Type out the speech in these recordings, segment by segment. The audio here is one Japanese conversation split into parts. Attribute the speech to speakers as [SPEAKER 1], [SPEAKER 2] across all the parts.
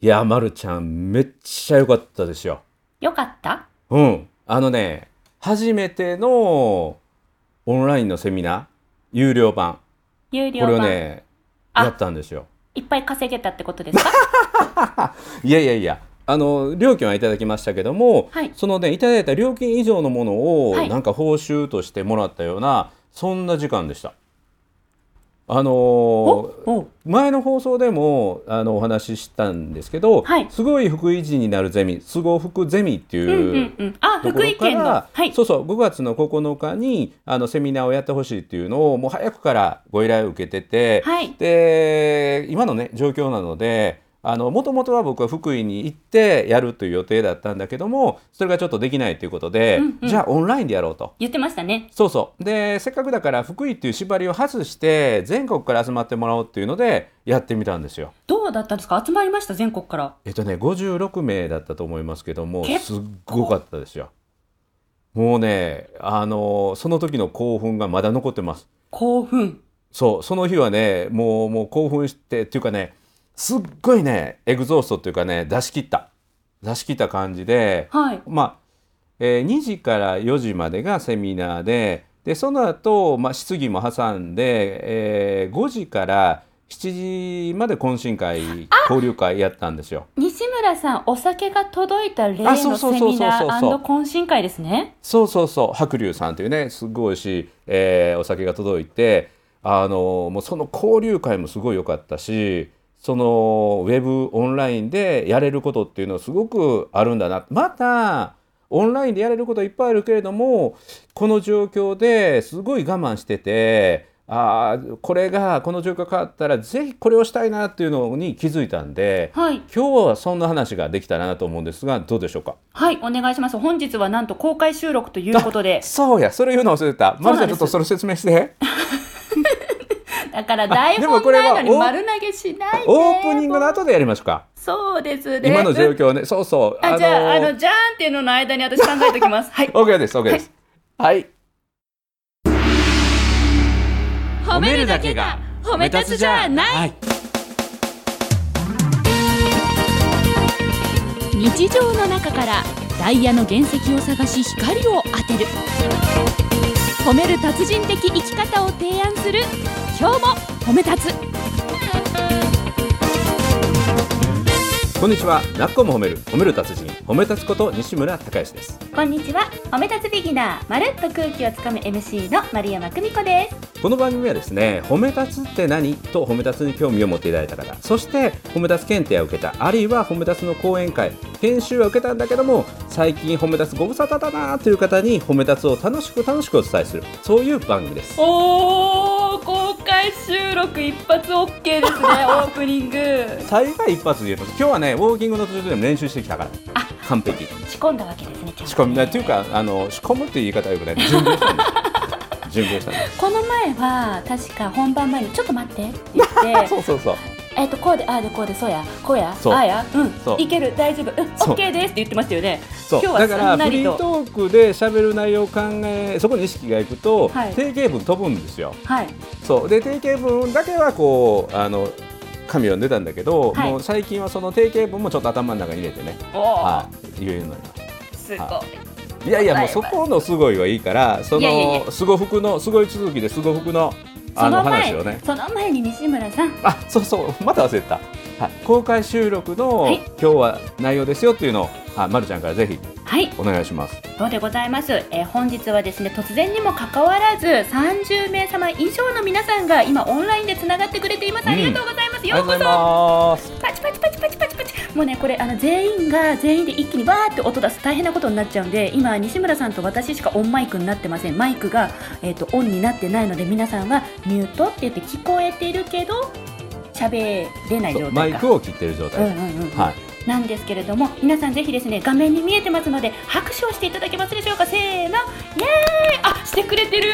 [SPEAKER 1] いや、まるちゃん、めっちゃ良かったですよ。
[SPEAKER 2] よかった
[SPEAKER 1] うん。あのね、初めてのオンラインのセミナー、有料版。
[SPEAKER 2] 有料
[SPEAKER 1] こ
[SPEAKER 2] 版
[SPEAKER 1] れをね、
[SPEAKER 2] あ
[SPEAKER 1] やったんですよ。
[SPEAKER 2] いっぱい稼げたってことです か
[SPEAKER 1] いやいやいや。あの料金はいただきましたけども、
[SPEAKER 2] はい
[SPEAKER 1] そのねいただいた料金以上のものを、
[SPEAKER 2] はい
[SPEAKER 1] なんか報酬としてもらったようなそんな時間でした。あのー
[SPEAKER 2] お
[SPEAKER 1] 前の放送でもあのお話ししたんですけど、
[SPEAKER 2] はい
[SPEAKER 1] すごい福井人になるゼミすご福ゼミっていううん
[SPEAKER 2] うんうん。あ、
[SPEAKER 1] とこ
[SPEAKER 2] 福
[SPEAKER 1] ろ
[SPEAKER 2] 井
[SPEAKER 1] か
[SPEAKER 2] 県の。
[SPEAKER 1] ら、
[SPEAKER 2] はい。
[SPEAKER 1] そうそう5月の9日にあのセミナーをやってほしいっていうのをもう早くからご依頼を受けてて、
[SPEAKER 2] はい。
[SPEAKER 1] で今のね状況なのでもともとは僕は福井に行ってやるという予定だったんだけどもそれがちょっとできないということで、
[SPEAKER 2] うんうん
[SPEAKER 1] じゃあオンラインでやろうと。
[SPEAKER 2] 言ってましたね。
[SPEAKER 1] そうそうでせっかくだから福井っていう縛りを外して全国から集まってもらおうっていうのでやってみたんですよ。
[SPEAKER 2] どうだったんですか集まりました全国から。
[SPEAKER 1] えっとね56名だったと思いますけども
[SPEAKER 2] 結
[SPEAKER 1] すっごかったですよ。もうねあのその時の興奮がまだ残ってます。
[SPEAKER 2] 興奮。
[SPEAKER 1] そうその日はねもうもう興奮してっていうかねすっごいねエグゾーストっていうかね出し切った出し切った感じで
[SPEAKER 2] はい。
[SPEAKER 1] まあ、えー2時から4時までがセミナーででその後、まあ質疑も挟んで、えー5時から7時まで懇親会交流会やったんですよ。
[SPEAKER 2] 西村さん、お酒が届いた例
[SPEAKER 1] あそう
[SPEAKER 2] の
[SPEAKER 1] そう
[SPEAKER 2] セ
[SPEAKER 1] そうそうそう
[SPEAKER 2] ミナー懇親会ですね。
[SPEAKER 1] そうそうそう白龍さんというねすごい美味しい、えーお酒が届いてあのもうその交流会もすごい良かったしそのウェブオンラインでやれることっていうのはすごくあるんだなまたオンラインでやれることいっぱいあるけれどもこの状況ですごい我慢しててあーこれがこの状況変わったらぜひこれをしたいなっていうのに気づいたんで
[SPEAKER 2] はい。
[SPEAKER 1] 今日はそんな話ができたらなと思うんですがどうでしょうか
[SPEAKER 2] はい、お願いします。本日はなんと公開収録ということで。
[SPEAKER 1] そうや、それ言うの忘れてた。
[SPEAKER 2] な
[SPEAKER 1] ま
[SPEAKER 2] ん
[SPEAKER 1] るちゃん、ちょ
[SPEAKER 2] です
[SPEAKER 1] っとそれ説明 して。
[SPEAKER 2] だから台
[SPEAKER 1] でも
[SPEAKER 2] 本
[SPEAKER 1] これは
[SPEAKER 2] ないのに
[SPEAKER 1] お
[SPEAKER 2] 丸投げしないで。
[SPEAKER 1] オープニングの後でやりましょうか。
[SPEAKER 2] そうですね。
[SPEAKER 1] 今の状
[SPEAKER 2] うん
[SPEAKER 1] 況ね、そうそう。
[SPEAKER 2] あ、じゃあ、あの、
[SPEAKER 1] ー、
[SPEAKER 2] じゃーんっていうのの間に私考えてお きます。はい。
[SPEAKER 1] OK です、OK です。はい。
[SPEAKER 2] 褒
[SPEAKER 1] はい。
[SPEAKER 2] 日常の中からダイヤの原石を探し光を当てる褒める達人的生き方を提案する今日も褒め立つ
[SPEAKER 1] こんにちは。なっこも褒める、褒める達人、褒め立つこと西村孝之です。
[SPEAKER 2] こんにちは褒め立つビギナーまるっと空気をつかむ MC の丸山久美子です
[SPEAKER 1] この番組はですね、褒め立つって何と褒め立つに興味を持っていただいた方、そして褒め立つ検定を受けた、あるいは褒め立つの講演会、研修は受けたんだけども、最近褒め立つご無沙汰だなという方に褒め立つを楽しく楽しくお伝えする、そういう番組です。
[SPEAKER 2] おー公開収録一発 OK ですね オープニング
[SPEAKER 1] 大概一発で言えます今日はねウォーキングの途中でも練習してきたから
[SPEAKER 2] あ
[SPEAKER 1] 完璧
[SPEAKER 2] 仕込んだわけですねちゃんと
[SPEAKER 1] 仕込みないというかあの仕込むっていう言い方はよくない準備をしたんです 準備をしたんです
[SPEAKER 2] この前は確か本番前に「ちょっと待って」って言 って
[SPEAKER 1] そうそうそう
[SPEAKER 2] えっとこうでああでこうでそうやこうや
[SPEAKER 1] そう
[SPEAKER 2] ああやうん
[SPEAKER 1] そう
[SPEAKER 2] いける大丈夫うんオ
[SPEAKER 1] そう
[SPEAKER 2] ッケーですって言ってましたよね
[SPEAKER 1] そう
[SPEAKER 2] 今日は
[SPEAKER 1] だか
[SPEAKER 2] す
[SPEAKER 1] ら
[SPEAKER 2] んな
[SPEAKER 1] フ
[SPEAKER 2] り
[SPEAKER 1] リ
[SPEAKER 2] と
[SPEAKER 1] ートークで喋る内容を考えそこに意識がいくと、
[SPEAKER 2] はい
[SPEAKER 1] 定型文飛ぶんですよ
[SPEAKER 2] はい
[SPEAKER 1] そうで定型文だけはこうあの紙を出たんだけど、
[SPEAKER 2] はい
[SPEAKER 1] もう最近はその定型文もちょっと頭の中に入れてね、
[SPEAKER 2] お
[SPEAKER 1] は
[SPEAKER 2] お
[SPEAKER 1] い、言うようになります
[SPEAKER 2] ごい
[SPEAKER 1] はいいやいやもうそこのすごいはいいからそ
[SPEAKER 2] いやいやい
[SPEAKER 1] のすご服のすごい続きですご服のあ
[SPEAKER 2] そ
[SPEAKER 1] の
[SPEAKER 2] の
[SPEAKER 1] 話
[SPEAKER 2] 前
[SPEAKER 1] をね
[SPEAKER 2] その前に西村さん
[SPEAKER 1] あそうそうまた忘れてた、はい、公開収録の
[SPEAKER 2] はい
[SPEAKER 1] 今日は内容ですよっていうのを、あまるちゃんからぜひ
[SPEAKER 2] はい
[SPEAKER 1] お願いします
[SPEAKER 2] そうでございます、えー本日はですね突然にもかかわらず30名様以上の皆さんが今オンラインでつながってくれています、
[SPEAKER 1] うん
[SPEAKER 2] ありがとうございます
[SPEAKER 1] あり
[SPEAKER 2] よ
[SPEAKER 1] がと
[SPEAKER 2] う
[SPEAKER 1] う
[SPEAKER 2] こ
[SPEAKER 1] ござい
[SPEAKER 2] そ
[SPEAKER 1] ます
[SPEAKER 2] パチパチパチパチパチパチもうねこれあの全員が全員で一気にバーって音出す大変なことになっちゃうんで今西村さんと私しかオンマイクになってませんマイクが、えー、とオンになってないので皆さんはミュートって言って聞こえてるけど喋れない
[SPEAKER 1] そう
[SPEAKER 2] 状
[SPEAKER 1] マ
[SPEAKER 2] 態
[SPEAKER 1] イ
[SPEAKER 2] か
[SPEAKER 1] クを切ってる状
[SPEAKER 2] うんう
[SPEAKER 1] 態、
[SPEAKER 2] んうん
[SPEAKER 1] はい
[SPEAKER 2] なんですけれども皆さんぜひですね画面に見えてますので拍手をしていただけますでしょうかせーのイエーイあしてくれてる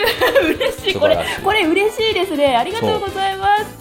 [SPEAKER 2] 嬉しいこ
[SPEAKER 1] 素晴
[SPEAKER 2] れ
[SPEAKER 1] らしい
[SPEAKER 2] これ嬉しいですねありがとうございます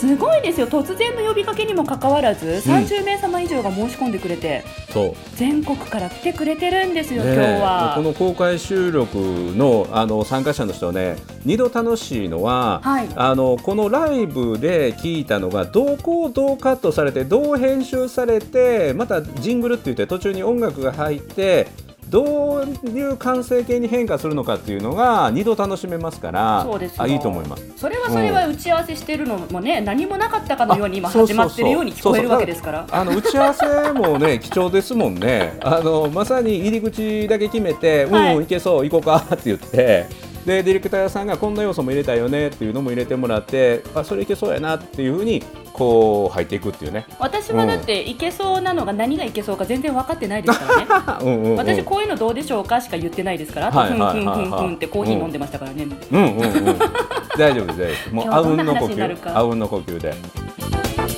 [SPEAKER 2] すごいですよ突然の呼びかけにもかかわらず、
[SPEAKER 1] うん
[SPEAKER 2] 30名様以上が申し込んでくれて
[SPEAKER 1] そう
[SPEAKER 2] 全国から来てくれてるんですよ、
[SPEAKER 1] ね
[SPEAKER 2] 今日は。
[SPEAKER 1] この公開収録のあの参加者の人はね2度楽しいのは、
[SPEAKER 2] はい
[SPEAKER 1] あのこのライブで聞いたのがどうこうどうカットされてどう編集されてまたジングルって言って途中に音楽が入ってどういう完成形に変化するのかっていうのが2度楽しめますから
[SPEAKER 2] そうですよ
[SPEAKER 1] あいいと思います。
[SPEAKER 2] それはそれは打ち合わせしてるのもね、何もなかったかのように今始まってるように聞こえるわけですから。
[SPEAKER 1] あの打ち合わせもね貴重ですもんね。 あのまさに入り口だけ決めて、
[SPEAKER 2] はい
[SPEAKER 1] うんうんいけそう行こうかって言って。でディレクターさんがこんな要素も入れたよねっていうのも入れてもらってあそれいけそうやなっていうふうにこう入っていくっていうね。
[SPEAKER 2] 私はだっていけそうなのが何がいけそうか全然分かってないですからね。
[SPEAKER 1] うんうんうん、
[SPEAKER 2] 私こういうのどうでしょうかしか言ってないですから。あと
[SPEAKER 1] はい
[SPEAKER 2] ふん
[SPEAKER 1] はい
[SPEAKER 2] ふん
[SPEAKER 1] はい
[SPEAKER 2] ふん
[SPEAKER 1] はい
[SPEAKER 2] ふんってコーヒー飲んでましたからね。
[SPEAKER 1] うんうんうん。大丈夫です大丈夫です。もう
[SPEAKER 2] 今日
[SPEAKER 1] あ
[SPEAKER 2] はど
[SPEAKER 1] うん
[SPEAKER 2] なん
[SPEAKER 1] の呼
[SPEAKER 2] 話になる
[SPEAKER 1] 吸、
[SPEAKER 2] か
[SPEAKER 1] あうんの呼吸で。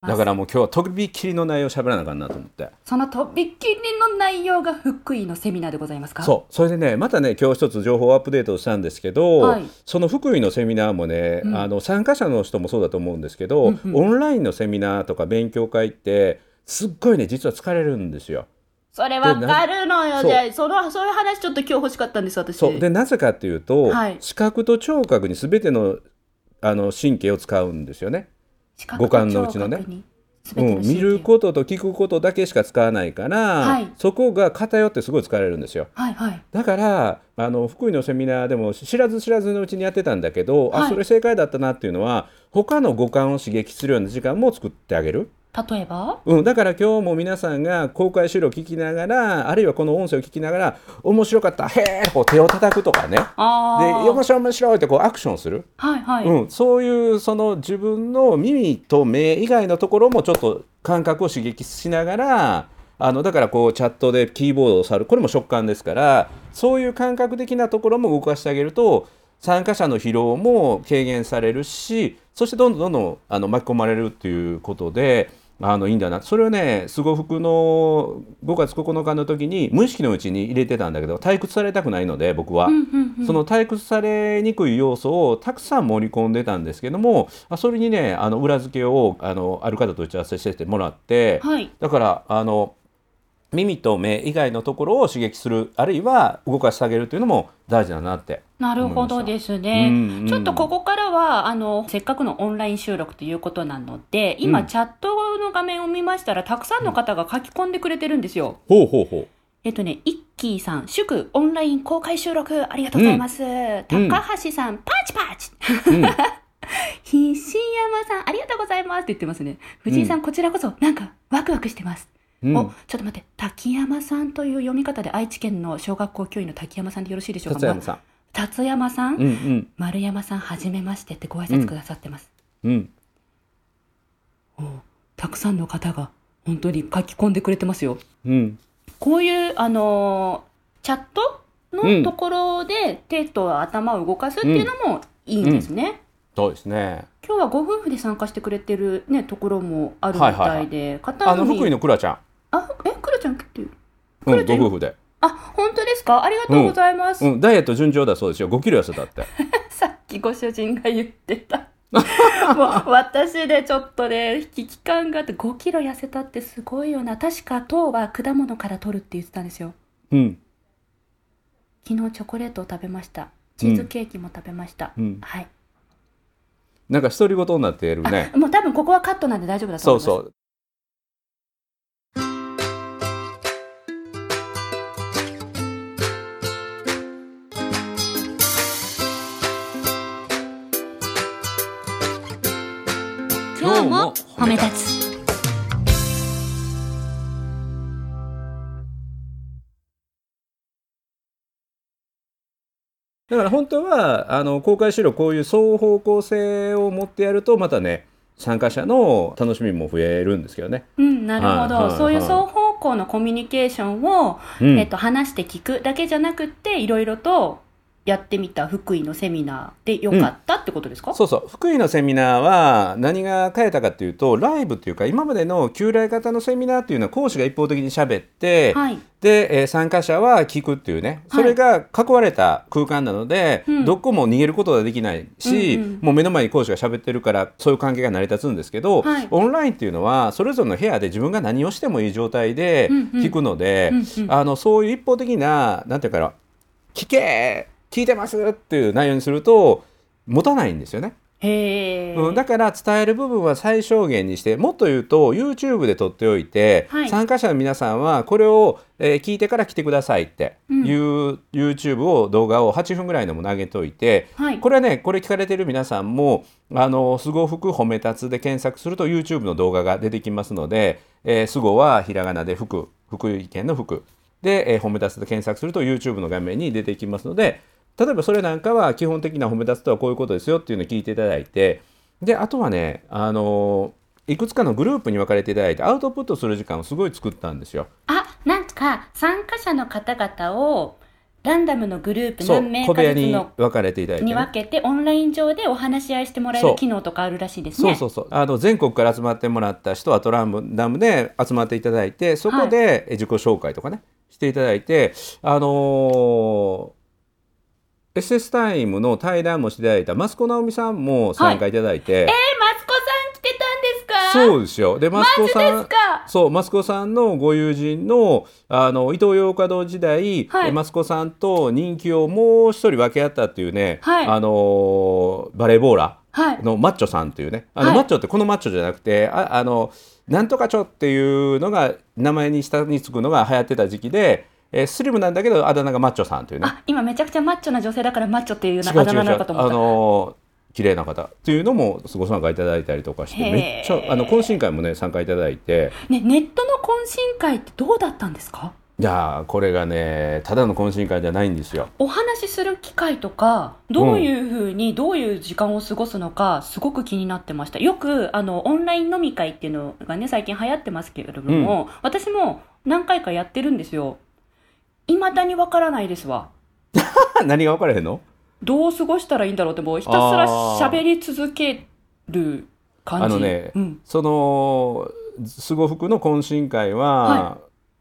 [SPEAKER 1] だからもう今日はとびっきりの内容喋らなあかんなと思って。
[SPEAKER 2] そのとびっきりの内容が福井のセミナーでございますか。
[SPEAKER 1] そうそれでねまたね今日一つ情報をアップデートしたんですけど、
[SPEAKER 2] はい
[SPEAKER 1] その福井のセミナーもね、
[SPEAKER 2] うん
[SPEAKER 1] あの参加者の人もそうだと思うんですけど、
[SPEAKER 2] うんうん
[SPEAKER 1] オンラインのセミナーとか勉強会ってすっごいね実は疲れるんですよ。
[SPEAKER 2] それ分かるのよ。
[SPEAKER 1] で
[SPEAKER 2] じ
[SPEAKER 1] な
[SPEAKER 2] ゃあそのそういう話ちょっと今日欲しかったんです私。
[SPEAKER 1] そうでなぜかっていうと、
[SPEAKER 2] はい
[SPEAKER 1] 視覚と聴覚に全てのあの神経を使うんですよね。
[SPEAKER 2] 視覚と
[SPEAKER 1] 五感のうちのね
[SPEAKER 2] 聴覚に全て
[SPEAKER 1] う
[SPEAKER 2] の
[SPEAKER 1] ん、
[SPEAKER 2] 神経
[SPEAKER 1] 見ることと聞くことだけしか使わないから、
[SPEAKER 2] はい
[SPEAKER 1] そこが偏ってすごい疲れるんですよ。
[SPEAKER 2] はいはい。
[SPEAKER 1] だからあの福井のセミナーでも知らず知らずのうちにやってたんだけど、
[SPEAKER 2] は
[SPEAKER 1] あ
[SPEAKER 2] い
[SPEAKER 1] それ正解だったなっていうのは他の五感を刺激するような時間も作ってあげる、
[SPEAKER 2] 例えば。
[SPEAKER 1] うん、だから今日も皆さんが公開資料を聞きながらあるいはこの音声を聞きながら「面白かったへえ!」こう手を叩くとかね「
[SPEAKER 2] あ
[SPEAKER 1] で
[SPEAKER 2] あ。
[SPEAKER 1] 面白い面白い」ってこうアクションする、
[SPEAKER 2] はいはい。
[SPEAKER 1] うん、そういうその自分の耳と目以外のところもちょっと感覚を刺激しながらあのだからこうチャットでキーボードを触るこれも食感ですからそういう感覚的なところも動かしてあげると参加者の疲労も軽減されるしそしてどんどんどんどんあの巻き込まれるっていうことで。あのいいんだなそれをねすご服の5月9日の時に無意識のうちに入れてたんだけど退屈されたくないので僕は、
[SPEAKER 2] うんうんうん
[SPEAKER 1] その退屈されにくい要素をたくさん盛り込んでたんですけどもあそれにねあの裏付けをあのある方と打ち合わせしててもらって、
[SPEAKER 2] はい。
[SPEAKER 1] だからあの耳と目以外のところを刺激するあるいは動かしてあげるというのも大事だなって。
[SPEAKER 2] なるほどですね、
[SPEAKER 1] うんうん
[SPEAKER 2] ちょっとここからはあのせっかくのオンライン収録ということなので今、
[SPEAKER 1] うん
[SPEAKER 2] チャットの画面を見ましたらたくさんの方が書き込んでくれてるんですよ。
[SPEAKER 1] ほうほうほう
[SPEAKER 2] えっとね、イッキーさん、祝オンライン公開収録ありがとうございます。高橋さん、パチパチ、
[SPEAKER 1] ん
[SPEAKER 2] ひしやまさん、ありがとうございますって言ってますね。藤井さん、こちらこそなんかワクワクしてます。
[SPEAKER 1] うん
[SPEAKER 2] お、ちょっと待って、滝山さんという読み方で愛知県の小学校教員の滝山さんでよろしいでしょうか。
[SPEAKER 1] 達山さ
[SPEAKER 2] 達山さん、
[SPEAKER 1] ん。うんうん
[SPEAKER 2] 丸山さんはじめましてってご挨拶くださってます、
[SPEAKER 1] うん。
[SPEAKER 2] たくさんの方が本当に書き込んでくれてますよ
[SPEAKER 1] うん、
[SPEAKER 2] こういうあのーチャット
[SPEAKER 1] うん
[SPEAKER 2] のところで手と頭を動かすっていうのもいいんですね、
[SPEAKER 1] そうですね。
[SPEAKER 2] 今日はご夫婦で参加してくれてるねところもあるみたいで、
[SPEAKER 1] はいはい
[SPEAKER 2] 片
[SPEAKER 1] あの
[SPEAKER 2] 海
[SPEAKER 1] 福井のクラちゃ
[SPEAKER 2] あふえくらちゃん来てる
[SPEAKER 1] ん、う
[SPEAKER 2] ラ
[SPEAKER 1] ん、
[SPEAKER 2] ちゃ
[SPEAKER 1] ご
[SPEAKER 2] ん
[SPEAKER 1] 夫婦で、
[SPEAKER 2] あ本当ですかありがとうございます、
[SPEAKER 1] うん、ダイエット順調だそうですよ。5キロ痩せたって。
[SPEAKER 2] さっきご主人が言ってた。もう私でちょっとね、危機感があって、5キロ痩せたってすごいよな。確か糖は果物から取るって言ってたんですよ。
[SPEAKER 1] うん、
[SPEAKER 2] 昨日チョコレートを食べました。チーズケーキも食べました。
[SPEAKER 1] うん
[SPEAKER 2] はい。
[SPEAKER 1] なんか独り言になっている
[SPEAKER 2] あ、
[SPEAKER 1] ね。
[SPEAKER 2] もう多分ここはカットなんで大丈夫だと
[SPEAKER 1] そ
[SPEAKER 2] 思
[SPEAKER 1] う
[SPEAKER 2] います。。
[SPEAKER 1] そうう。今日も褒め
[SPEAKER 2] 立つ。
[SPEAKER 1] だから本当はあの公開資料こういう双方向性を持ってやるとまたね参加者の楽しみも増えるんですけどね。
[SPEAKER 2] うん、なるほど。
[SPEAKER 1] はいはいはい
[SPEAKER 2] そういう双方向のコミュニケーションを、
[SPEAKER 1] うん
[SPEAKER 2] えっと、話して聞くだけじゃなくって、いろいろとやってみた福井のセミナーでよかったってことですか、
[SPEAKER 1] そうそう福井のセミナーは何が変えたかっていうとライブっていうか今までの旧来型のセミナーっていうのは講師が一方的に喋って、
[SPEAKER 2] はい
[SPEAKER 1] で、えー参加者は聞くっていうね
[SPEAKER 2] は
[SPEAKER 1] そ
[SPEAKER 2] い
[SPEAKER 1] れが囲われた空間なので、
[SPEAKER 2] うん
[SPEAKER 1] どこも逃げることができないし、
[SPEAKER 2] うんうん
[SPEAKER 1] もう目の前に講師が喋ってるからそういう関係が成り立つんですけど、
[SPEAKER 2] はい
[SPEAKER 1] オンラインっていうのはそれぞれの部屋で自分が何をしてもいい状態で
[SPEAKER 2] うんうん
[SPEAKER 1] 聞くので、
[SPEAKER 2] うんうん
[SPEAKER 1] あのそういう一方的ななんていうかな聞け聞いてますっていう内容にすると持たないんですよね。
[SPEAKER 2] へえ、
[SPEAKER 1] うん、だから伝える部分は最小限にしてもっと言うと YouTube で撮っておいて、
[SPEAKER 2] はい
[SPEAKER 1] 参加者の皆さんはこれを、えー聞いてから来てくださいっていう、YouTube を動画を8分ぐらいのも投げといて、
[SPEAKER 2] はい
[SPEAKER 1] これはねこれ聞かれてる皆さんも「あのすごふく褒めたつ」で検索すると YouTube の動画が出てきますので「えーすご」はひらがなで「福」福井県の「福」で、えー褒めたつで検索すると YouTube の画面に出てきますので例えばそれなんかは基本的な褒めたつとはこういうことですよっていうのを聞いていただいてであとはねあのいくつかのグループに分かれていただいてアウトプットする時間をすごい作ったんですよ。
[SPEAKER 2] あなんか参加者の方々をランダムのグループ
[SPEAKER 1] そう
[SPEAKER 2] 何名
[SPEAKER 1] 小
[SPEAKER 2] か
[SPEAKER 1] 部屋
[SPEAKER 2] ずつ
[SPEAKER 1] に
[SPEAKER 2] の
[SPEAKER 1] 分かれていただいて、
[SPEAKER 2] に
[SPEAKER 1] ね。
[SPEAKER 2] 分けてオンライン上でお話し合いしてもらえ
[SPEAKER 1] そ
[SPEAKER 2] る
[SPEAKER 1] う
[SPEAKER 2] 機能とかあるらしいです
[SPEAKER 1] そう
[SPEAKER 2] ね。
[SPEAKER 1] そうそうあの全国から集まってもらった人はトランダムで集まっていただいてそこでえ自己紹介とかねしていただいてあのー SS タイムの対談もしていただいたマスコ直美さんも参加いただいて、
[SPEAKER 2] えー、マツコさん来てたんですか
[SPEAKER 1] そうですよでマスコ
[SPEAKER 2] マジ
[SPEAKER 1] さ
[SPEAKER 2] で
[SPEAKER 1] ん
[SPEAKER 2] すか
[SPEAKER 1] そうマスコさんのご友人のあの伊藤洋華堂時代、
[SPEAKER 2] はい
[SPEAKER 1] えマスコさんと人気をもう一人分け合ったっていうね、
[SPEAKER 2] はい
[SPEAKER 1] あのーバレーボーラー
[SPEAKER 2] はい。
[SPEAKER 1] のマッチョさんというねあの、
[SPEAKER 2] はい
[SPEAKER 1] マッチョってこのマッチョじゃなくてああのなんとかチョっていうのが名前に下につくのが流行ってた時期で、えースリムなんだけどあだ名がマッチョさんというね
[SPEAKER 2] あ、今めちゃくちゃマッチョな女性だからマッチョっていうような
[SPEAKER 1] 違う
[SPEAKER 2] あだ
[SPEAKER 1] 違
[SPEAKER 2] 名
[SPEAKER 1] う違
[SPEAKER 2] な
[SPEAKER 1] う
[SPEAKER 2] のかと
[SPEAKER 1] あ
[SPEAKER 2] 思った。
[SPEAKER 1] の綺麗な方っていうのもご参加いただいたりとかして
[SPEAKER 2] へー
[SPEAKER 1] めっちゃあの懇親会もね参加いただいて
[SPEAKER 2] ね、ネットの懇親会ってどうだったんですか
[SPEAKER 1] いやーこれがねただの懇親会じゃないんですよ。
[SPEAKER 2] お話しする機会とか、どういうふうに、どういう時間を過ごすのか、すごく気になってました。よく、あの、オンライン飲み会っていうのがね、最近流行ってますけれども、私も何回かやってるんですよ。未だにわからないですわ。
[SPEAKER 1] 何が分からへんの
[SPEAKER 2] どう過ごしたらいいんだろうって、もうひたすら喋り続ける感じ。
[SPEAKER 1] あのね
[SPEAKER 2] うん。
[SPEAKER 1] そのすご服の懇親会は、
[SPEAKER 2] は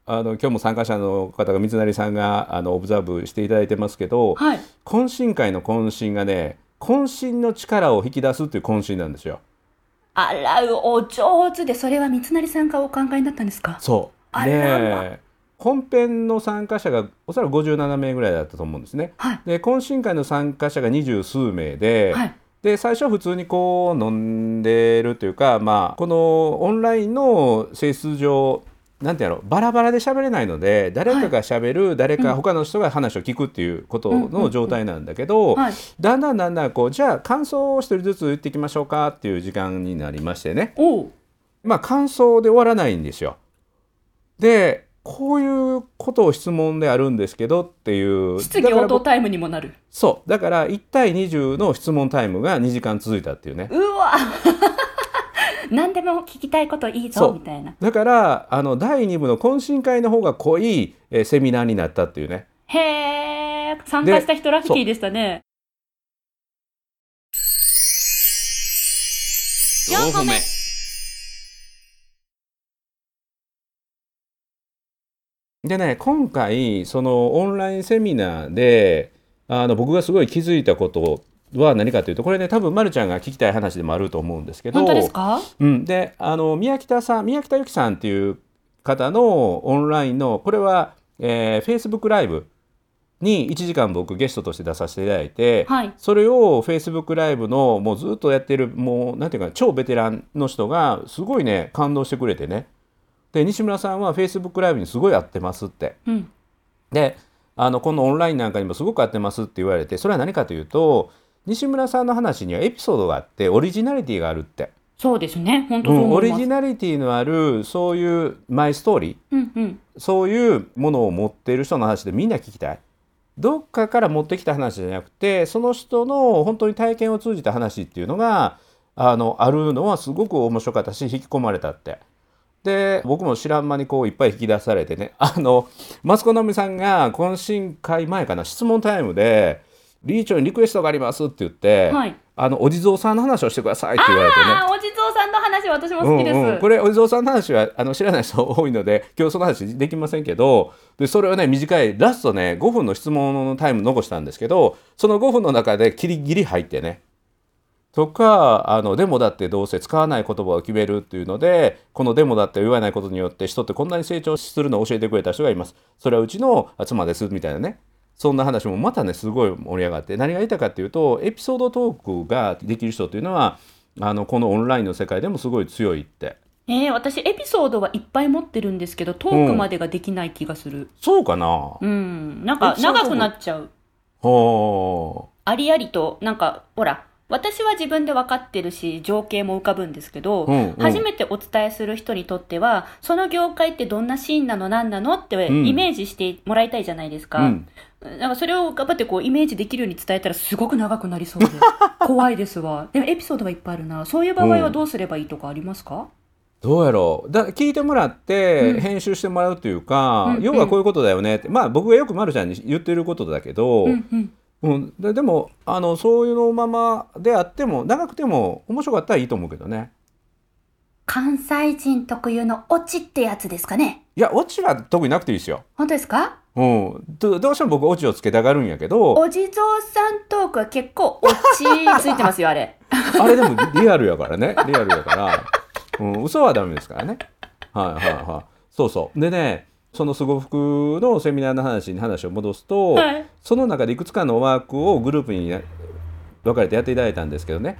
[SPEAKER 1] あの今日も参加者の方が水成さんがあのオブザーブしていただいてますけど、
[SPEAKER 2] はい。
[SPEAKER 1] 懇親会の懇親がね渾身の力を引き出すっていう渾身なんですよ。
[SPEAKER 2] あらう、お上手で、それは三成さんがお考えになったんですか
[SPEAKER 1] そう
[SPEAKER 2] あらま
[SPEAKER 1] で本編の参加者がおそらく57名ぐらいだったと思うんですね。
[SPEAKER 2] はい。
[SPEAKER 1] で懇親会の参加者が二十数名で、
[SPEAKER 2] はい。
[SPEAKER 1] で最初は普通にこう飲んでるというか、まあ、このオンラインの性質上なんてやろうのバラバラで喋れないので誰かが喋る、誰
[SPEAKER 2] うん
[SPEAKER 1] か他の人が話を聞くっていうこと
[SPEAKER 2] うんうんう
[SPEAKER 1] の
[SPEAKER 2] ん
[SPEAKER 1] 状態なんだけど、
[SPEAKER 2] はい。
[SPEAKER 1] だんだんだんだんこうじゃあ感想を一人ずつ言っていきましょうかっていう時間になりましてね
[SPEAKER 2] おう。
[SPEAKER 1] まあ感想で終わらないんですよ。でこういうことを質問であるんですけどっていう
[SPEAKER 2] 質
[SPEAKER 1] だ
[SPEAKER 2] 疑
[SPEAKER 1] か
[SPEAKER 2] 応
[SPEAKER 1] ら
[SPEAKER 2] 答
[SPEAKER 1] 僕
[SPEAKER 2] タイムにもなる。
[SPEAKER 1] そうだから1対20の質問タイムが2時間続いたっていうね。
[SPEAKER 2] うわ 何でも聞きたいこといい
[SPEAKER 1] そ
[SPEAKER 2] ぞ
[SPEAKER 1] う
[SPEAKER 2] みたいな。
[SPEAKER 1] だからあの第2部の懇親会の方が濃い、えーセミナーになったっていうね
[SPEAKER 2] へえ、参加した人ラッキーでしたね。4個目
[SPEAKER 1] でね今回そのオンラインセミナーであの僕がすごい気づいたことは何かというとこれね多分まるちゃんが聞きたい話でもあると思うんですけど
[SPEAKER 2] 本当ですか
[SPEAKER 1] うん、であの宮北さん宮北由紀さんっていう方のオンラインのこれは、えー、Facebook ライブに1時間僕ゲストとして出させていただいて、
[SPEAKER 2] はい
[SPEAKER 1] それを Facebook ライブのもうずっとやってるもうなんていうか超ベテランの人がすごいね感動してくれてねで西村さんは Facebook ライブにすごい合ってますって
[SPEAKER 2] うん。
[SPEAKER 1] であのこのオンラインなんかにもすごく合ってますって言われてそれは何かというと西村さんの話にはエピソードがあってオリジナリティがあるって。
[SPEAKER 2] そうですね。本当
[SPEAKER 1] う、
[SPEAKER 2] そうん
[SPEAKER 1] オ
[SPEAKER 2] 思い
[SPEAKER 1] リ
[SPEAKER 2] ます。
[SPEAKER 1] ジナリティのあるそういうマイストーリー
[SPEAKER 2] うんうん。
[SPEAKER 1] そういうものを持っている人の話でみんな聞きたいどっかから持ってきた話じゃなくてその人の本当に体験を通じた話っていうのがあのあるのはすごく面白かったし引き込まれたって。で僕も知らん間にこういっぱい引き出され てねあのマスコのみさんが懇親会前かな質問タイムで理事長にリクエストがありますって言って、
[SPEAKER 2] はい
[SPEAKER 1] あのお地蔵さんの話をしてくださいって言われてね
[SPEAKER 2] ああ、お地蔵さんの話、私も好きです。
[SPEAKER 1] うんうん、これお地蔵さんの話はあの知らない人多いので 今日その話できませんけどでそれをね短いラストね5分の質問のタイム残したんですけどその5分の中でギリギリ入ってねとかあのデモだってどうせ使わない言葉を決めるっていうのでこのデモだって言わないことによって人ってこんなに成長するのを教えてくれた人がいますそれはうちの妻ですみたいなねそんな話もまたねすごい盛り上がって何が言いたいかっていうとエピソードトークができる人っていうのはあのこのオンラインの世界でもすごい強いって
[SPEAKER 2] えー、私、エピソードはいっぱい持ってるんですけど、トークまでができない気がする。
[SPEAKER 1] そうかな
[SPEAKER 2] うん、なんか
[SPEAKER 1] エピソードトー
[SPEAKER 2] 長
[SPEAKER 1] ク
[SPEAKER 2] くなっちゃう。
[SPEAKER 1] ほ
[SPEAKER 2] ありありと、なんか、ほら、私は自分で分かってるし、情景も浮かぶんですけど、
[SPEAKER 1] うんうん
[SPEAKER 2] 初めてお伝えする人にとっては、その業界ってどんなシーンなの、何なのって
[SPEAKER 1] うん
[SPEAKER 2] イメージしてもらいたいじゃないです
[SPEAKER 1] う
[SPEAKER 2] か。
[SPEAKER 1] うん
[SPEAKER 2] なんかそれを頑張ってこうイメージできるように伝えたらすごく長くなりそ うで怖いですわでもエピソードがいっぱいあるなそういう場合はどうすればいいとかありますか、
[SPEAKER 1] どうやろうだ聞いてもらって
[SPEAKER 2] うん
[SPEAKER 1] 編集してもらうというか、
[SPEAKER 2] うんうん
[SPEAKER 1] 要はこういうことだよねってまあ僕がよくまるちゃんに言ってることだけど、
[SPEAKER 2] うんうん、
[SPEAKER 1] うん、ででもあのそういうのままであっても長くても面白かったらいいと思うけどね
[SPEAKER 2] 関西人特有のオチってやつですかね
[SPEAKER 1] いやオチは特になくていいですよ、
[SPEAKER 2] 本当ですか
[SPEAKER 1] うん、どどうしても僕オチをつけたがるんやけど
[SPEAKER 2] お地蔵さんトークは結構オチついてますよあれ
[SPEAKER 1] あれでもリアルやからねリアルやから、うん、嘘はダメですからねはいはいはいそうそうでねそのすご服のセミナーの話に話を戻すと、
[SPEAKER 2] はい
[SPEAKER 1] その中でいくつかのワークをグループにや分かれてやっていただいたんですけどね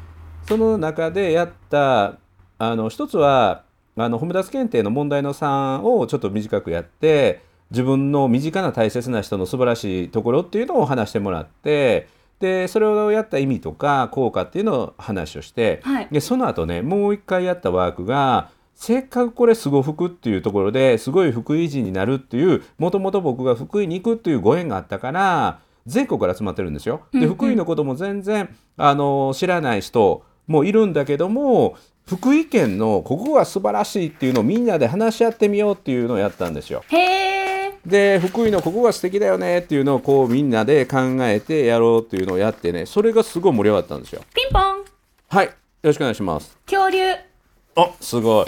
[SPEAKER 1] その中でやったあの一つはあのホムダス検定の問題の3をちょっと短くやって自分の身近な大切な人の素晴らしいところっていうのを話してもらってでそれをやった意味とか効果っていうのを話をして、
[SPEAKER 2] はい
[SPEAKER 1] でその後ねもう一回やったワークがせっかくこれすご福っていうところですごい福井人になるっていうもともと僕が福井に行くっていうご縁があったから全国から集まってるんですよ。
[SPEAKER 2] うん
[SPEAKER 1] で
[SPEAKER 2] うん
[SPEAKER 1] 福井のことも全然あの知らない人もいるんだけども福井県のここが素晴らしいっていうのをみんなで話し合ってみようっていうのをやったんですよ。
[SPEAKER 2] へえ
[SPEAKER 1] で福井のここが素敵だよねっていうのをこうみんなで考えてやろうっていうのをやってねそれがすごい盛り上がったんですよ。
[SPEAKER 2] ピンポン
[SPEAKER 1] はいよろしくお願いします。
[SPEAKER 2] 恐竜
[SPEAKER 1] あすごい。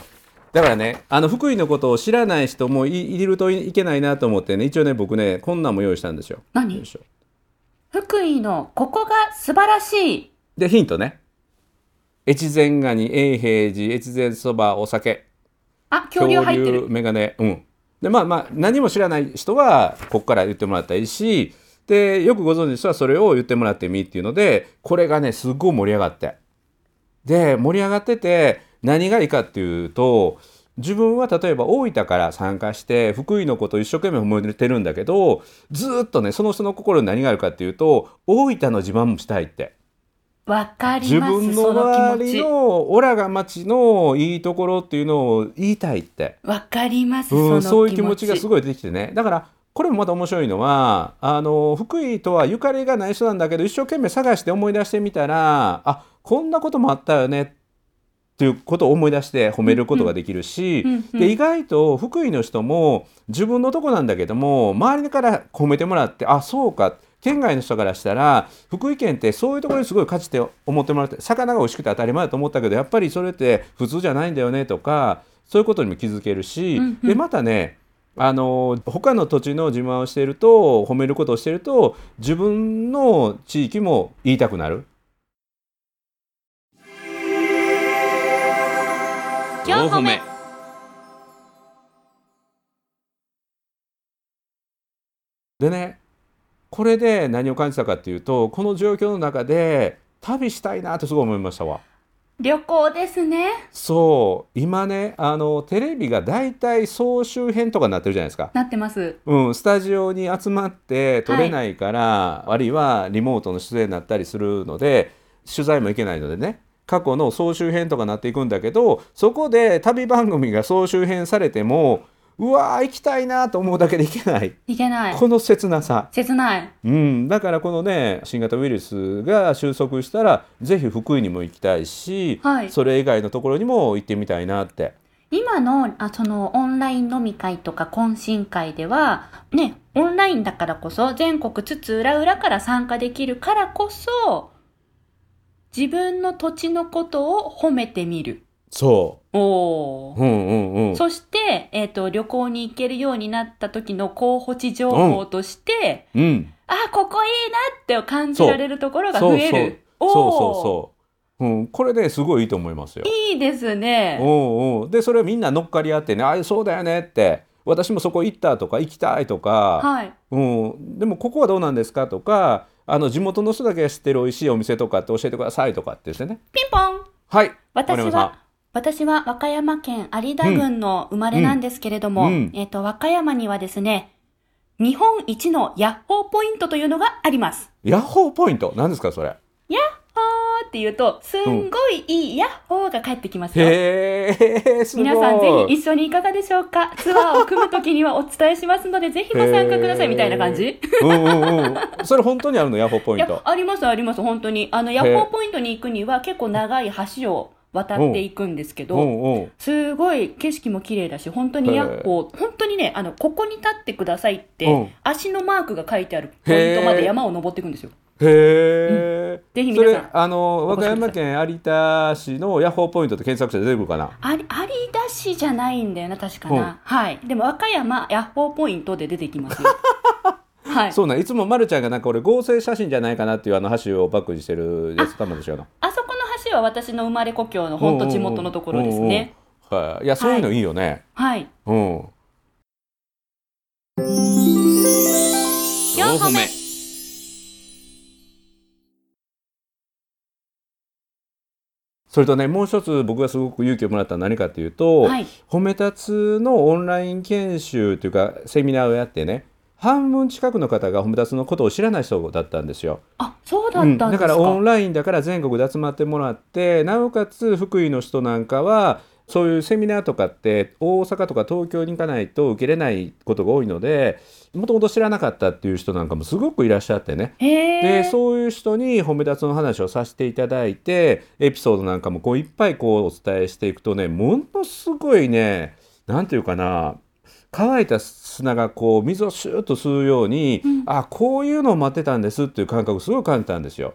[SPEAKER 1] だからね、あの福井のことを知らない人もいいるといけないなと思ってね、一応ね、僕ね、こんなんも用意したんですよ。よい
[SPEAKER 2] 何
[SPEAKER 1] しょ
[SPEAKER 2] 福井のここが素晴らしい
[SPEAKER 1] で、ヒントね。越前ガニ、永平寺、越前そば、お酒、
[SPEAKER 2] あ恐竜入ってる
[SPEAKER 1] メガネ。うん。で、まあまあ、何も知らない人は、ここから言ってもらったらいいし、で、よくご存知の人はそれを言ってもらってみっていうので、これがね、すっごい盛り上がって。で盛り上がってて何がいいかっていうと自分は例えば大分から参加して福井のことを一生懸命思いてるんだけどずーっとねその人の心に何があるかっていうと大分の自慢もしたいって
[SPEAKER 2] わかり
[SPEAKER 1] 自
[SPEAKER 2] ます
[SPEAKER 1] 分の
[SPEAKER 2] その
[SPEAKER 1] 周
[SPEAKER 2] 気持
[SPEAKER 1] り
[SPEAKER 2] ち
[SPEAKER 1] のオラが町のいいところっていうのを言いたいって。
[SPEAKER 2] わかります、
[SPEAKER 1] うん、
[SPEAKER 2] そ
[SPEAKER 1] そ
[SPEAKER 2] の
[SPEAKER 1] ういう気持ちがすごい出てきてねだからこれもまた面白いのはあの福井とはゆかりがない人なんだけど一生懸命探して思い出してみたらあこんなこともあったよねっていうことを思い出して褒めることができるし、
[SPEAKER 2] うんうん
[SPEAKER 1] で意外と福井の人も自分のとこなんだけども周りから褒めてもらってあそうか県外の人からしたら福井県ってそういうところにすごい価値って思ってもらって魚が美味しくて当たり前だと思ったけどやっぱりそれって普通じゃないんだよねとかそういうことにも気づけるし、
[SPEAKER 2] うんうん
[SPEAKER 1] でまたねあの他の土地の自慢をしていると褒めることをしていると自分の地域も言いたくなる。
[SPEAKER 2] 4褒め
[SPEAKER 1] でねこれで何を感じたかっていうとこの状況の中で旅したいなってすごい思いましたわ。
[SPEAKER 2] 旅行ですね
[SPEAKER 1] そう今ねあのテレビが大体総集編とかになってるじゃないですか。
[SPEAKER 2] なってます
[SPEAKER 1] うん、スタジオに集まって撮れないから、あるいはリモートの出演になったりするので取材も行けないのでね過去の総集編とかなっていくんだけどそこで旅番組が総集編されてもうわー行きたいなと思うだけで行けない
[SPEAKER 2] いけない
[SPEAKER 1] この切なさ、
[SPEAKER 2] 切ない
[SPEAKER 1] うん、だからこのね新型ウイルスが収束したらぜひ福井にも行きたいし、
[SPEAKER 2] はい
[SPEAKER 1] それ以外のところにも行ってみたいなって。
[SPEAKER 2] 今の、あ、その、オンライン飲み会とか懇親会では、ね、オンラインだからこそ、全国津々浦々から参加できるからこそ、自分の土地のことを褒めてみる。
[SPEAKER 1] そ
[SPEAKER 2] お
[SPEAKER 1] う。
[SPEAKER 2] ー。
[SPEAKER 1] うんうんうん。
[SPEAKER 2] そして、えっ、と、旅行に行けるようになった時の候補地情報として、
[SPEAKER 1] うん。
[SPEAKER 2] あ、ここいいなって感じられるところが
[SPEAKER 1] そ
[SPEAKER 2] 増
[SPEAKER 1] う
[SPEAKER 2] え
[SPEAKER 1] そう
[SPEAKER 2] る。。
[SPEAKER 1] そうそう
[SPEAKER 2] おー
[SPEAKER 1] そう。うん、これね、すごいいいと思いますよ。
[SPEAKER 2] いいですね。
[SPEAKER 1] おうおうで、それをみんな乗っかり合ってね、ああ、そうだよねって。私もそこ行ったとか、行きたいとか。
[SPEAKER 2] はい。
[SPEAKER 1] うん、でもここはどうなんですかとかあの地元の人だけが知ってる美味しいお店とかって教えてくださいとかってですね
[SPEAKER 2] ピンポン
[SPEAKER 1] はい
[SPEAKER 2] 私
[SPEAKER 1] 丸山さ
[SPEAKER 2] は、私は和歌山県有田郡の生まれなんですけれども、
[SPEAKER 1] うんうん
[SPEAKER 2] えっ、と、和歌山にはですね、日本一のヤッホーポイントというのがあります。
[SPEAKER 1] んヤッホーポイント何ですかそれ
[SPEAKER 2] ほーって言うと、すんごいいいヤッホーが返ってきますよ。
[SPEAKER 1] へえすごい
[SPEAKER 2] 皆さんぜひ一緒にいかがでしょうかツアーを組むときにはお伝えしま すので、ぜひご参加くださいみたいな感じ
[SPEAKER 1] うんうんうんそれ本当にあるのヤッホーポイン
[SPEAKER 2] いや
[SPEAKER 1] ト、
[SPEAKER 2] ありますあります、本当に。あの、ヤッホーポイントに行くには結構長い橋を渡っていくんですけ
[SPEAKER 1] う
[SPEAKER 2] ど、
[SPEAKER 1] んうん
[SPEAKER 2] すごい景色も綺麗だし、本当にヤッホー、本当にね、あの、ここに立ってくださいって、
[SPEAKER 1] うん
[SPEAKER 2] 足のマークが書いてあるポイントま
[SPEAKER 1] へ
[SPEAKER 2] で
[SPEAKER 1] ー
[SPEAKER 2] 山を登っていくんですよ。
[SPEAKER 1] へえ、
[SPEAKER 2] ぜひ
[SPEAKER 1] そ
[SPEAKER 2] 皆
[SPEAKER 1] れ
[SPEAKER 2] さん。
[SPEAKER 1] あの和
[SPEAKER 2] お越
[SPEAKER 1] 歌
[SPEAKER 2] しください
[SPEAKER 1] 山県有田市のヤッホーポイントって検索して出てくるかな
[SPEAKER 2] あり、ありだしじゃないんだよな、確か
[SPEAKER 1] うん
[SPEAKER 2] な。はい。でも、和歌山、ヤッホーポイントで出てきま すよ。はい。
[SPEAKER 1] そうなんいつもまるちゃんがなんか俺合成写真じゃないかなっていうあの橋をバックにしてるやつ多分でしょうな
[SPEAKER 2] あそこの橋は私の生まれ故郷の本当地元のところですね。
[SPEAKER 1] うんうんうん。はい、いや、そういうのいいよね。
[SPEAKER 2] はい。
[SPEAKER 1] うん。
[SPEAKER 2] 4歩目
[SPEAKER 1] それとね、もう一つ僕がすごく勇気をもらったのは何かというと、
[SPEAKER 2] はい。
[SPEAKER 1] 褒め立つのオンライン研修というかセミナーをやってね、半分近くの方が褒め立つのことを知らない人だったんですよ。
[SPEAKER 2] あ、そうだったん
[SPEAKER 1] うん、
[SPEAKER 2] で
[SPEAKER 1] だ
[SPEAKER 2] すか。
[SPEAKER 1] からオンラインだから全国で集まってもらってなおかつ福井の人なんかはそういうセミナーとかって大阪とか東京に行かないと受けれないことが多いのでもともと知らなかったっていう人なんかもすごくいらっしゃってね。
[SPEAKER 2] へ
[SPEAKER 1] で
[SPEAKER 2] え。
[SPEAKER 1] そういう人に褒め立つの話をさせていただいてエピソードなんかもこういっぱいこうお伝えしていくとねものすごいね何て言うかな乾いた砂がこう水をシューッと吸うように、
[SPEAKER 2] うん
[SPEAKER 1] あこういうのを待ってたんですっていう感覚すごい感じたんですよ。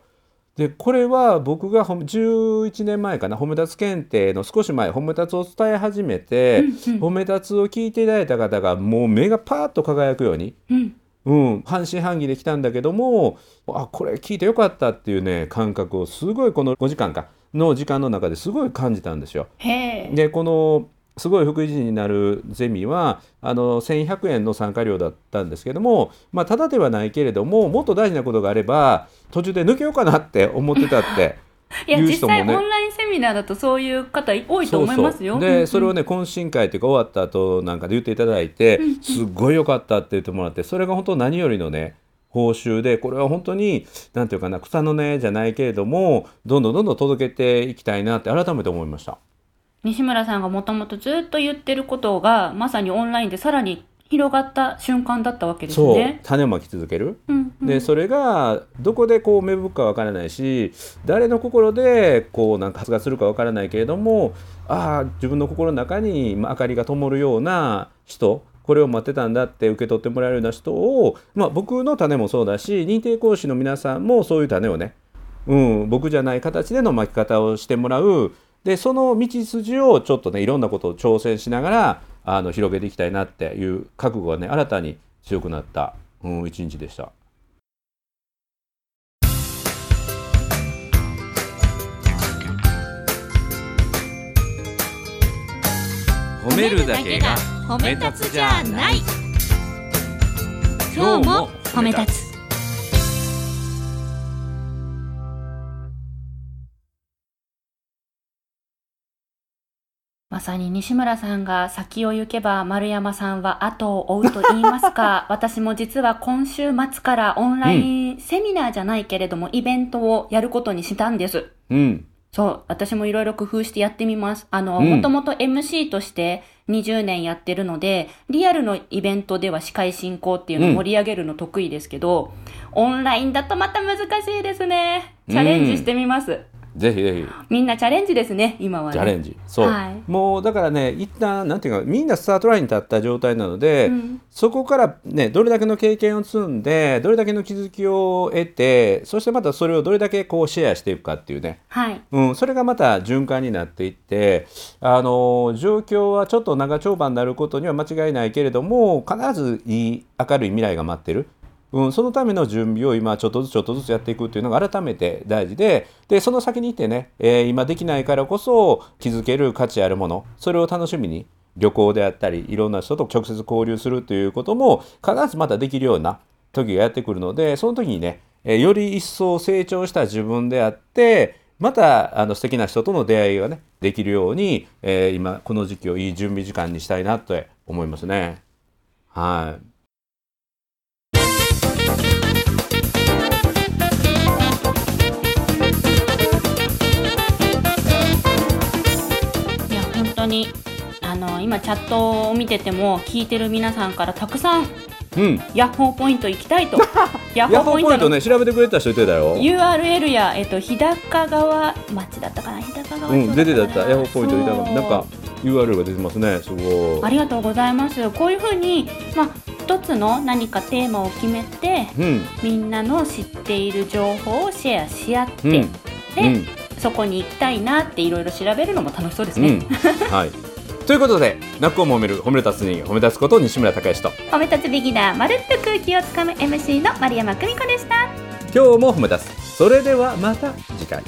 [SPEAKER 1] でこれは僕がほん11年前かな褒め立つ検定の少し前褒め立つを伝え始めて、
[SPEAKER 2] うんうん
[SPEAKER 1] 褒め立つを聞いていただいた方がもう目がパーッと輝くように
[SPEAKER 2] うん。
[SPEAKER 1] うん、半信半疑で来たんだけどもあこれ聞いてよかったっていうね感覚をすごいこの5時間かの時間の中ですごい感じたんですよ。
[SPEAKER 2] へえ。
[SPEAKER 1] でこのすごい福井人になるゼミはあの1100円の参加料だったんですけども、まあ、ただではないけれどももっと大事なことがあれば途中で抜けようかなって思ってたって。
[SPEAKER 2] いや、
[SPEAKER 1] 言う
[SPEAKER 2] 実
[SPEAKER 1] 人も
[SPEAKER 2] 際
[SPEAKER 1] ね
[SPEAKER 2] オンラインセミナーだとそういう方多いと思いますよ。
[SPEAKER 1] そうそう
[SPEAKER 2] うんう
[SPEAKER 1] で、
[SPEAKER 2] ん
[SPEAKER 1] それをね懇親会というか終わった後なんかで言っていただいて、
[SPEAKER 2] うんうん
[SPEAKER 1] すっごい良かったって言ってもらってそれが本当何よりのね報酬でこれは本当に何ていうかな草の根じゃないけれどもどんどんどんどん届けていきたいなって改めて思いました。
[SPEAKER 2] 西村さんがもともとずっと言ってることが、まさにオンラインでさらに広がった瞬間だったわけです
[SPEAKER 1] そう
[SPEAKER 2] ね。
[SPEAKER 1] 種をまき続ける
[SPEAKER 2] うんうん
[SPEAKER 1] でそれがどこでこう芽吹くかわからないし誰の心でこうなんか発芽するかわからないけれどもああ自分の心の中にまあ明かりが灯るような人これを待ってたんだって受け取ってもらえるような人を、まあ、僕の種もそうだし認定講師の皆さんもそういう種をね、うん、僕じゃない形での巻き方をしてもらうでその道筋をちょっとねいろんなことを挑戦しながらあの広げていきたいなっていう覚悟がね新たに強くなった、うん、一日でした。褒
[SPEAKER 3] めるだけが褒め立つじゃない今日も褒め立つ
[SPEAKER 1] つ
[SPEAKER 2] まさに西村さんが先を行けば丸山さんは後を追うと言います か、私も実は今週末からオンラインセミナーじゃないけれども、イベントをやることにしたんです。
[SPEAKER 1] うん
[SPEAKER 2] そう、私もいろいろ工夫してやってみます。あの、
[SPEAKER 1] うん
[SPEAKER 2] もともと MC として20年やってるので、リアルのイベントでは司会進行っていうのを
[SPEAKER 1] うん
[SPEAKER 2] 盛り上げるの得意ですけど、オンラインだとまた難しいですね。チャレンジしてみます。
[SPEAKER 1] ぜひぜひ
[SPEAKER 2] みんなチャレンジですね今はね
[SPEAKER 1] チャレンジそう、
[SPEAKER 2] はい
[SPEAKER 1] もうだからね一旦なんていうかみんなスタートラインに立った状態なので、
[SPEAKER 2] うん
[SPEAKER 1] そこからねどれだけの経験を積んでどれだけの気づきを得てそしてまたそれをどれだけこうシェアしていくかっていうね
[SPEAKER 2] はい
[SPEAKER 1] うん、それがまた循環になっていって、あの状況はちょっと長丁場になることには間違いないけれども必ずいい明るい未来が待ってる、うん、そのための準備を今ちょっとずつちょっとずつやっていくっていうのが改めて大事ででその先に行ってね、えー今できないからこそ気づける価値あるものそれを楽しみに旅行であったりいろんな人と直接交流するということも必ずまたできるような時がやってくるのでその時にね、えーより一層成長した自分であってまたあの素敵な人との出会いがねできるように、えー今この時期をいい準備時間にしたいなと思いますね。はい
[SPEAKER 2] いや本当にあの今チャットを見てても聞いてる皆さんからたくさん
[SPEAKER 1] うん、
[SPEAKER 2] ヤッホーポイント行きた いとヤ
[SPEAKER 1] ヤッホーポイント
[SPEAKER 2] の
[SPEAKER 1] ね調べてくれた人いてたよ。
[SPEAKER 2] URL や、えっと、日高川町だったかな日高川町
[SPEAKER 1] う
[SPEAKER 2] だ
[SPEAKER 1] ん、出てた出てたヤッホー
[SPEAKER 2] そ
[SPEAKER 1] ポ
[SPEAKER 2] う
[SPEAKER 1] イントいたからなんか URL が出てますねすご
[SPEAKER 2] あ
[SPEAKER 1] い。
[SPEAKER 2] りがとうございますこういうふうに、まあ、一つの何かテーマを決めて
[SPEAKER 1] うん
[SPEAKER 2] みんなの知っている情報をシェアし合って、
[SPEAKER 1] うん
[SPEAKER 2] で、
[SPEAKER 1] うん
[SPEAKER 2] そこに行きたいなっていろいろ調べるのも楽しそうです
[SPEAKER 1] う
[SPEAKER 2] ね、
[SPEAKER 1] んはい。ということで「泣くをも褒める褒め立つに褒め立つこと西村孝之と
[SPEAKER 2] 褒め立つビギナーまるっと空気をつかむ MC の丸山久美子でした
[SPEAKER 1] 今日も褒め立つそれではまた次回。